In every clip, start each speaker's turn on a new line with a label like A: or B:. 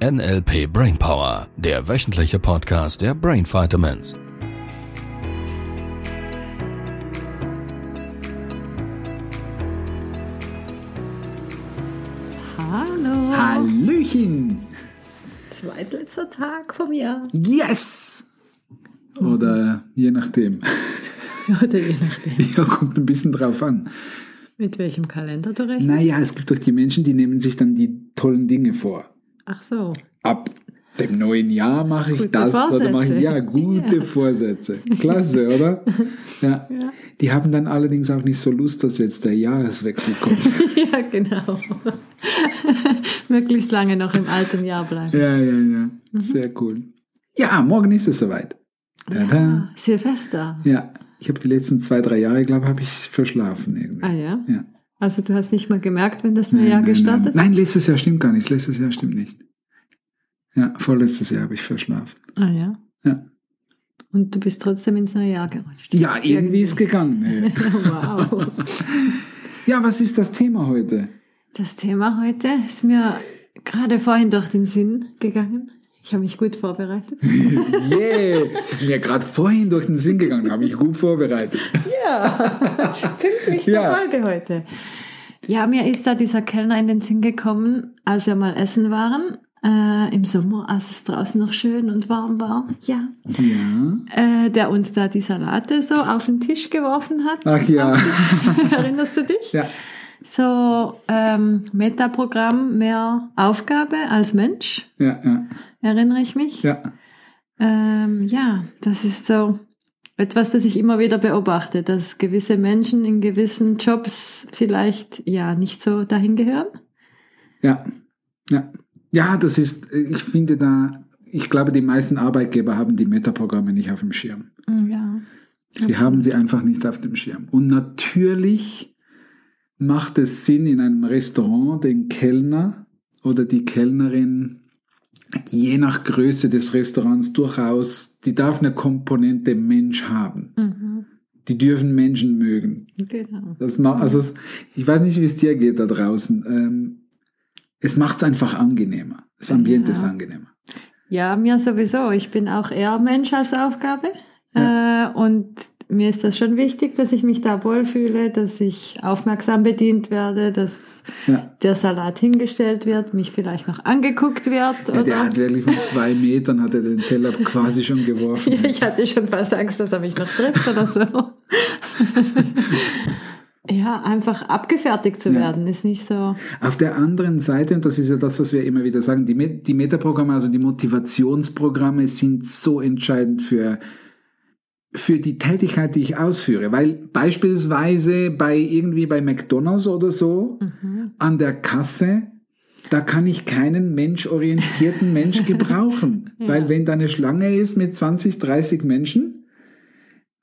A: NLP Brainpower, der wöchentliche Podcast der Brain Vitamins.
B: Hallo.
C: Hallöchen!
B: Zweitletzter Tag vom Jahr.
C: Yes! Oder je nachdem.
B: Oder je nachdem,
C: Ja, kommt ein bisschen drauf an.
B: mit welchem Kalender du rechnest.
C: Naja, es gibt doch die Menschen, die nehmen sich dann die tollen Dinge vor.
B: Ach so.
C: Ab dem neuen Jahr mache ich
B: Gute
C: das oder mache
B: Vorsätze.
C: ich ja gute
B: Ja.
C: Vorsätze. Klasse, oder? Ja.
B: Ja.
C: Die haben dann allerdings auch nicht so Lust, dass jetzt der Jahreswechsel kommt.
B: ja, genau. Möglichst lange noch im alten Jahr bleiben.
C: ja, ja, ja. Sehr cool. Ja, morgen ist es soweit. Tada.
B: Ah, Silvester.
C: Ja. Ich habe die letzten zwei, drei Jahre, glaube ich, habe ich verschlafen irgendwie.
B: Ah ja.
C: Ja.
B: Also du hast nicht mal gemerkt, wenn das neue Jahr
C: nein,
B: gestartet
C: Nein, nein, letztes Jahr stimmt gar nicht. Letztes Jahr stimmt nicht. Ja, vorletztes Jahr habe ich verschlafen.
B: Ah ja.
C: Ja,
B: Und du bist trotzdem ins neue Jahr gerutscht.
C: ja irgendwie ist gegangen.
B: Ja, Wow.
C: ja, was ist das Thema heute?
B: Das Thema heute ist mir gerade vorhin durch den Sinn gegangen. Ich habe mich gut vorbereitet.
C: Yeah, es ist mir gerade vorhin durch den Sinn gegangen, habe ich gut vorbereitet.
B: Pünktlich zur
C: Ja.
B: Folge heute. Ja, mir ist da dieser Kellner in den Sinn gekommen, als wir mal essen waren. Äh, Im Sommer, als es draußen noch schön und warm war. Ja.
C: Ja,
B: Äh, der uns da die Salate so auf den Tisch geworfen hat.
C: Ach ja.
B: Auf den Tisch. Erinnerst du dich?
C: Ah. ja,
B: So ähm, Metaprogramm, mehr Aufgabe als Mensch,
C: ja, ja.
B: erinnere ich mich.
C: ja.
B: Ähm, ja, das ist so etwas, das ich immer wieder beobachte, dass gewisse Menschen in gewissen Jobs vielleicht ja nicht so dahin gehören.
C: Ja, ja. Ja, das ist, ich finde da, ich glaube, die meisten Arbeitgeber haben die Metaprogramme nicht auf dem Schirm.
B: Ja.
C: Sie haben sie einfach nicht auf dem Schirm. Und natürlich macht es Sinn, in einem Restaurant den Kellner oder die Kellnerin je nach Größe des Restaurants durchaus, die darf eine Komponente Mensch haben.
B: Mhm.
C: Die dürfen Menschen mögen.
B: Genau.
C: Das macht, also es- ich weiß nicht, wie es dir geht da draußen. Ähm, es macht es einfach angenehmer. Das Ambiente
B: Ja.
C: ist angenehmer.
B: Ja, mir sowieso. Ich bin auch eher Mensch als Aufgabe. Äh, und mir ist das schon wichtig, dass ich mich da wohlfühle, dass ich aufmerksam bedient werde, dass
C: Ja.
B: der Salat hingestellt wird, mich vielleicht noch angeguckt wird.
C: Ja,
B: oder
C: der hat wirklich von zwei Metern hat er den Teller quasi schon geworfen.
B: Ja, ich hatte schon fast Angst, dass er mich noch trifft oder so. ja, einfach abgefertigt zu
C: Ja.
B: werden ist nicht so.
C: Auf der anderen Seite, und das ist ja das, was wir immer wieder sagen, die, Met die Metaprogramme, also die Motivationsprogramme sind so entscheidend für, für die Tätigkeit, die ich ausführe. Weil beispielsweise bei irgendwie bei McDonalds oder so, an der Kasse, da kann ich keinen menschorientierten Mensch gebrauchen. Weil wenn da eine Schlange ist mit 20, 30 Menschen,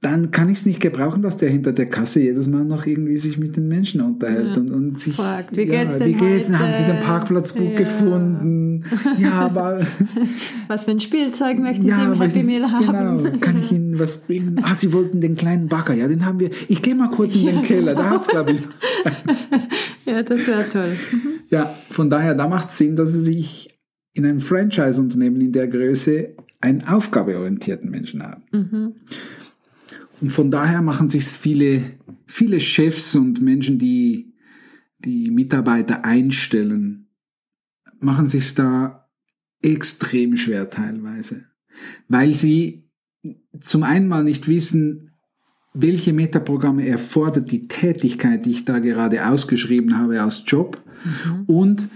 C: dann kann ich es nicht gebrauchen, dass der hinter der Kasse jedes Mal noch irgendwie sich mit den Menschen unterhält und, und sich
B: Fragt, wie geht's denn
C: wie geht's? Haben Sie den
B: heute?
C: Parkplatz gut
B: Ja.
C: gefunden? Ja, aber
B: Was für ein Spielzeug möchten Sie
C: ja,
B: im
C: aber
B: Happy
C: es ist-
B: Meal haben?
C: Genau, kann ich Ihnen was bringen? Ah, Sie wollten den kleinen Bagger. Ja, den haben wir. Ich gehe mal kurz in den Keller. Da hat's glaube ich.
B: Ja, das wäre toll.
C: Ja, von daher, da macht es Sinn, dass Sie sich in einem Franchise-Unternehmen in der Größe einen aufgabeorientierten Menschen haben. Und von daher machen sich viele, viele Chefs und Menschen, die die Mitarbeiter einstellen, machen sich da extrem schwer teilweise, weil sie zum einen mal nicht wissen, welche Metaprogramme erfordert die Tätigkeit, die ich da gerade ausgeschrieben habe als Job und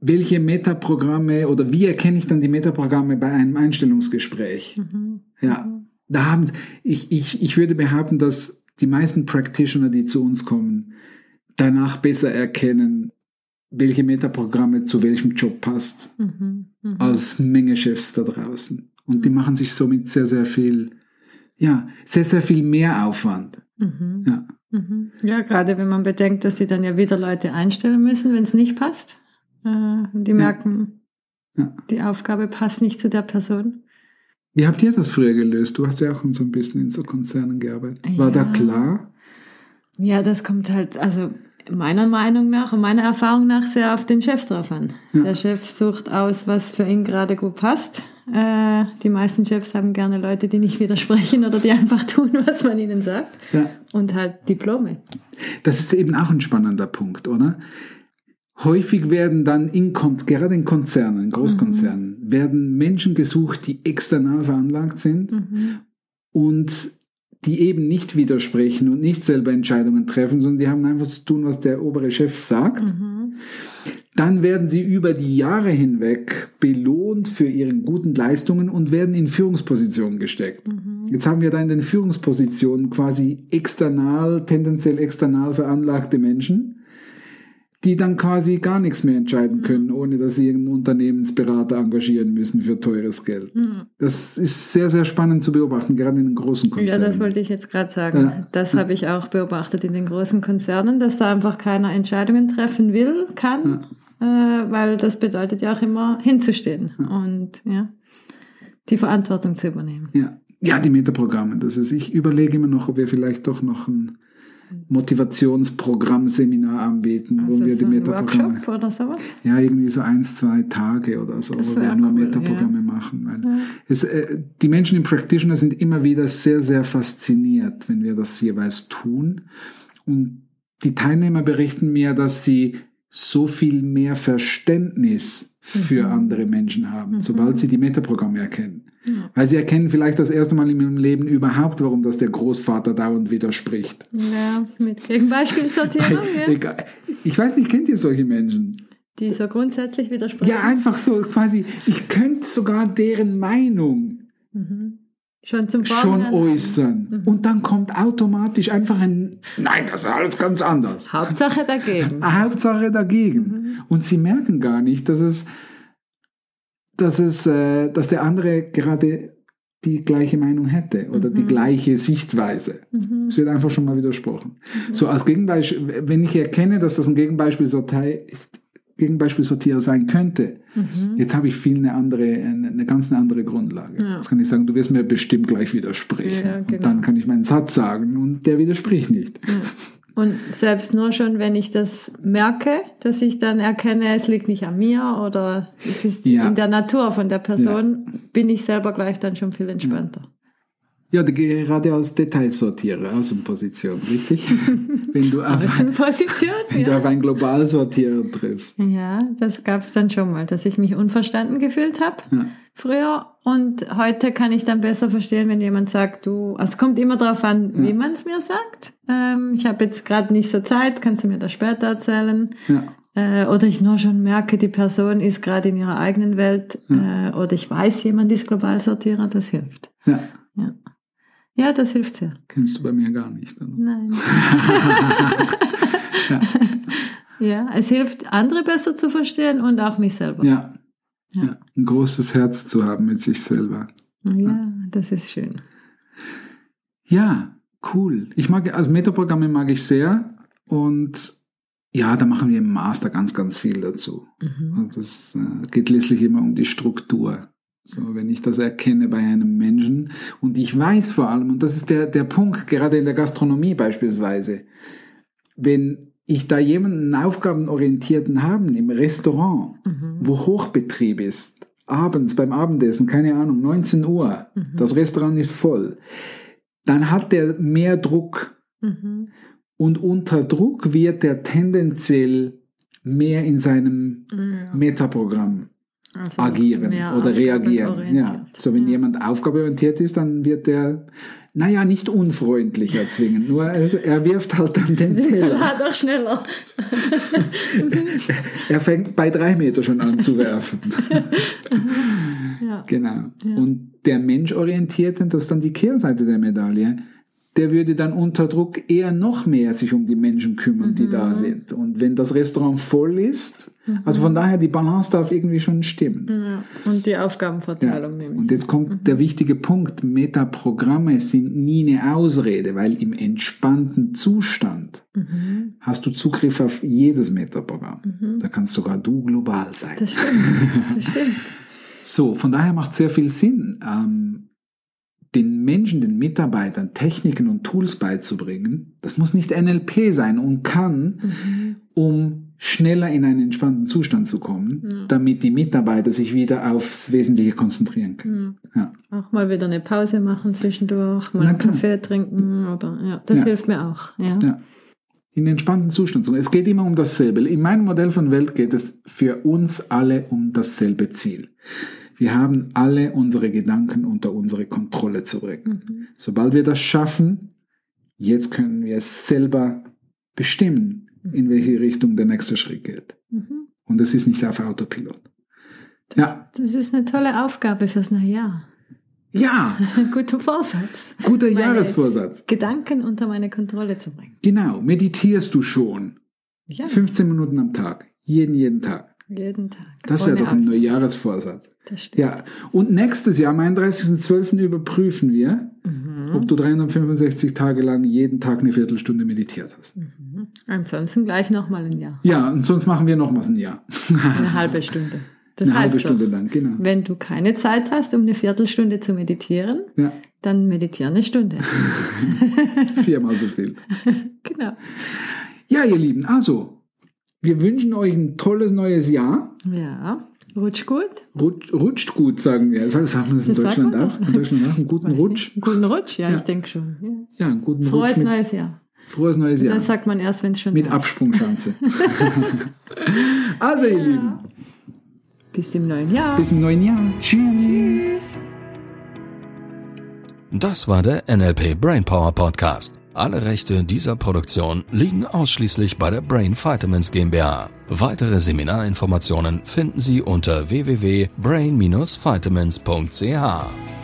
C: welche Metaprogramme oder wie erkenne ich dann die Metaprogramme bei einem
B: Mhm.
C: Einstellungsgespräch? Ja, da haben ich, ich, ich würde behaupten, dass die meisten Practitioner, die zu uns kommen, danach besser erkennen, welche Metaprogramme zu welchem Job passt,
B: Mhm, mhm.
C: als Menge Chefs da draußen. Und die machen sich somit sehr, sehr viel, ja, sehr, sehr viel mehr Aufwand.
B: Mhm,
C: Ja.
B: mhm. Ja, gerade wenn man bedenkt, dass sie dann ja wieder Leute einstellen müssen, wenn es nicht passt. Äh, und die merken,
C: Ja.
B: die Aufgabe passt nicht zu der Person.
C: Wie habt ihr das früher gelöst? Du hast ja auch so ein bisschen in so Konzernen gearbeitet. War da
B: Ja.
C: klar?
B: Ja, das kommt halt, also meiner Meinung nach und meiner Erfahrung nach sehr auf den Chef drauf an. Der Chef sucht aus, was für ihn gerade gut passt. Äh, die meisten Chefs haben gerne Leute, die nicht widersprechen oder die einfach tun, was man ihnen sagt.
C: Ja.
B: Und halt Diplome.
C: Das ist eben auch ein spannender Punkt, oder? Häufig werden dann in, Kon- gerade in Konzernen, Großkonzernen, werden Menschen gesucht, die external veranlagt sind und die eben nicht widersprechen und nicht selber Entscheidungen treffen, sondern die haben einfach zu tun, was der obere Chef sagt.
B: Mhm.
C: Dann werden sie über die Jahre hinweg belohnt für ihre guten Leistungen und werden in Führungspositionen gesteckt.
B: Mhm.
C: Jetzt haben wir da in den Führungspositionen quasi external, tendenziell external veranlagte Menschen die dann quasi gar nichts mehr
B: Mhm.
C: entscheiden können, ohne dass sie irgendeinen Unternehmensberater engagieren müssen für teures Geld. Das ist sehr, sehr spannend zu beobachten, gerade in den großen
B: Mhm. Ja,
C: Konzernen.
B: das wollte ich jetzt gerade sagen.
C: Ja.
B: Das habe ich auch beobachtet in den großen Konzernen, dass da einfach keiner Entscheidungen treffen will, kann, äh, weil das bedeutet ja auch immer hinzustehen und ja, die Verantwortung zu übernehmen.
C: ja. ja, die Metaprogramme, das ist, ich überlege immer noch, ob wir vielleicht doch noch
B: Mhm.
C: ein Motivationsprogramm-Seminar anbieten,
B: Also
C: wo wir
B: so
C: die
B: ein
C: Metaprogramme...
B: Workshop oder sowas.
C: Ja, irgendwie so eins, zwei Tage oder so,
B: Das
C: wo wir
B: wär
C: nur
B: cool,
C: Metaprogramme machen. Weil es, äh, die Menschen im Practitioner sind immer wieder sehr, sehr fasziniert, wenn wir das jeweils tun. Und die Teilnehmer berichten mir, dass sie so viel mehr Verständnis für
B: Mhm.
C: andere Menschen haben, sobald sie die Metaprogramme erkennen. Weil sie erkennen vielleicht das erste Mal in ihrem Leben überhaupt, warum das der Großvater dauernd widerspricht.
B: Ja, mit Gegenbeispielsortierung, ja,
C: Egal. Ich weiß nicht, kennt ihr solche Menschen?
B: die so grundsätzlich widersprechen.
C: Ja, einfach so quasi, ich könnte sogar deren Meinung
B: Mhm. Schon zum
C: schon
B: Vorhinein.
C: äußern. Und dann kommt automatisch einfach ein Nein, das ist alles ganz anders.
B: Hauptsache dagegen.
C: Hauptsache
B: Mhm.
C: dagegen. Und sie merken gar nicht, dass es, dass es, äh, dass der andere gerade die gleiche Meinung hätte oder
B: Mhm.
C: die gleiche Sichtweise. Es wird einfach schon mal widersprochen.
B: Mhm.
C: So als Gegenbeispiel, wenn ich erkenne, dass das ein Gegenbeispiel Gegenbeispielsortierer sein könnte. Jetzt habe ich viel eine andere, eine eine ganz eine andere Grundlage.
B: Mhm. Ja.
C: Jetzt kann ich sagen, du wirst mir bestimmt gleich widersprechen.
B: Ja, genau.
C: Und dann kann ich meinen Satz sagen und der widerspricht nicht.
B: Und selbst nur schon, wenn ich das merke, dass ich dann erkenne, es liegt nicht an mir oder es ist
C: Ja.
B: in der Natur von der Person, bin ich selber gleich dann schon viel entspannter.
C: Ja, die- gerade als Detailsortierer, Außenposition, richtig? wenn du auf,
B: Außenposition,
C: wenn du
B: ja.
C: auf einen Globalsortierer triffst.
B: Ja, das gab's dann schon mal, dass ich mich unverstanden gefühlt habe
C: Ja.
B: früher. Und heute kann ich dann besser verstehen, wenn jemand sagt, du, also es kommt immer darauf an, wie man es mir sagt. Ähm, ich habe jetzt gerade nicht so Zeit, kannst du mir das später erzählen?
C: Ja.
B: Äh, oder ich nur schon merke, die Person ist gerade in ihrer eigenen Welt. Äh, oder ich weiß, jemand ist Globalsortierer, das hilft.
C: ja,
B: Ja, ja das hilft sehr.
C: kennst du bei mir gar nicht. Oder?
B: Nein. ja, es hilft, andere besser zu verstehen und auch mich selber.
C: Ja. ja, ein großes Herz zu haben mit sich selber.
B: Ja, das ist schön.
C: Ja, cool. Ich mag, also Metaprogramme mag ich sehr. Und ja, da machen wir im Master ganz, ganz viel dazu.
B: Mhm.
C: Und das äh, geht letztlich immer um die Struktur. So, wenn ich das erkenne bei einem Menschen und ich weiß vor allem, und das ist der, der Punkt, gerade in der Gastronomie beispielsweise, wenn ich da jemanden einen aufgabenorientierten haben im Restaurant,
B: Mhm.
C: wo Hochbetrieb ist, abends beim Abendessen, keine Ahnung, 19 Uhr, das Restaurant ist voll, dann hat der mehr Druck.
B: Mhm.
C: Und unter Druck wird er tendenziell mehr in seinem
B: Mhm.
C: Metaprogramm
B: Also
C: agieren
B: mehr
C: oder reagieren.
B: aufgabenorientiert.
C: Ja. So, wenn jemand aufgabeorientiert ist, dann wird er, naja, nicht unfreundlicher zwingend, nur er, er wirft halt dann den Teller.
B: Ah, doch schneller.
C: Er fängt bei drei Meter schon an zu werfen.
B: Ja.
C: Genau. Und der Menschorientierte, und das ist dann die Kehrseite der Medaille, der würde dann unter Druck eher noch mehr sich um die Menschen kümmern, die
B: Mhm.
C: da sind. Und wenn das Restaurant voll ist, also von daher, die Balance darf irgendwie schon stimmen.
B: Ja. Und die Aufgabenverteilung nämlich.
C: Und jetzt kommt der wichtige Punkt, Metaprogramme sind nie eine Ausrede, weil im entspannten Zustand hast du Zugriff auf jedes Metaprogramm. Da kannst sogar du global sein.
B: Das stimmt. Das stimmt.
C: So, von daher macht sehr viel Sinn, ähm, den Menschen, den Mitarbeitern Techniken und Tools beizubringen, das muss nicht NLP sein und kann, um schneller in einen entspannten Zustand zu kommen, damit die Mitarbeiter sich wieder aufs Wesentliche konzentrieren können. Ja.
B: Auch mal wieder eine Pause machen zwischendurch, mal
C: Na
B: einen
C: klar.
B: Kaffee trinken oder ja, das
C: Ja.
B: hilft mir auch. Ja.
C: Ja. In entspannten Zustand zu kommen. Es geht immer um dasselbe. In meinem Modell von Welt geht es für uns alle um dasselbe Ziel. Wir haben alle unsere Gedanken unter unsere Kontrolle zu bringen.
B: Mhm.
C: Sobald wir das schaffen, jetzt können wir selber bestimmen, in welche Richtung der nächste Schritt geht.
B: Mhm.
C: Und es ist nicht auf Autopilot. Ja,
B: Das ist eine tolle Aufgabe fürs neue Jahr.
C: ja,
B: Guter Vorsatz.
C: guter
B: Meine-
C: Jahresvorsatz.
B: Gedanken unter meine Kontrolle zu bringen.
C: Genau, meditierst du schon.
B: Ja,
C: 15 Minuten am Tag. Jeden, jeden Tag.
B: jeden Tag.
C: Das wäre
B: Ohne
C: doch ein
B: Aus-
C: Neujahresvorsatz.
B: Das stimmt.
C: Ja, und nächstes Jahr, am 31.12. überprüfen wir,
B: Mhm.
C: ob du 365 Tage lang jeden Tag eine Viertelstunde meditiert hast.
B: Mhm. Ansonsten gleich nochmal ein Jahr.
C: Ja, und sonst machen wir nochmals ein Jahr.
B: Eine halbe Stunde. Das
C: eine
B: heißt
C: halbe Stunde
B: doch,
C: lang, genau.
B: wenn du keine Zeit hast, um eine Viertelstunde zu meditieren,
C: Ja,
B: dann meditiere eine Stunde.
C: viermal so viel.
B: genau.
C: Ja, ihr Lieben, also, wir wünschen euch ein tolles neues Jahr.
B: Ja, rutsch gut.
C: Rutsch, rutscht gut, sagen wir. Sagen sagen wir das in
B: Das sagt
C: Deutschland
B: man
C: auch? In Deutschland auch einen guten
B: Weiß
C: Rutsch.
B: nicht. Guten Rutsch, ja,
C: Ja.
B: ich denke schon.
C: Ja, einen guten
B: Ja. Frohes
C: Rutsch. Mit,
B: neues Jahr.
C: frohes neues Jahr.
B: Das sagt man erst, wenn es schon
C: Mit
B: da ist.
C: Absprungschanze. also, ihr Lieben,
B: Bis im neuen Jahr.
C: bis im neuen Jahr. Tschüss.
B: Tschüss.
A: Das war der NLP Brainpower Podcast. Alle Rechte dieser Produktion liegen ausschließlich bei der Brain Vitamins GmbH. Weitere Seminarinformationen finden Sie unter www.brain-vitamins.ch.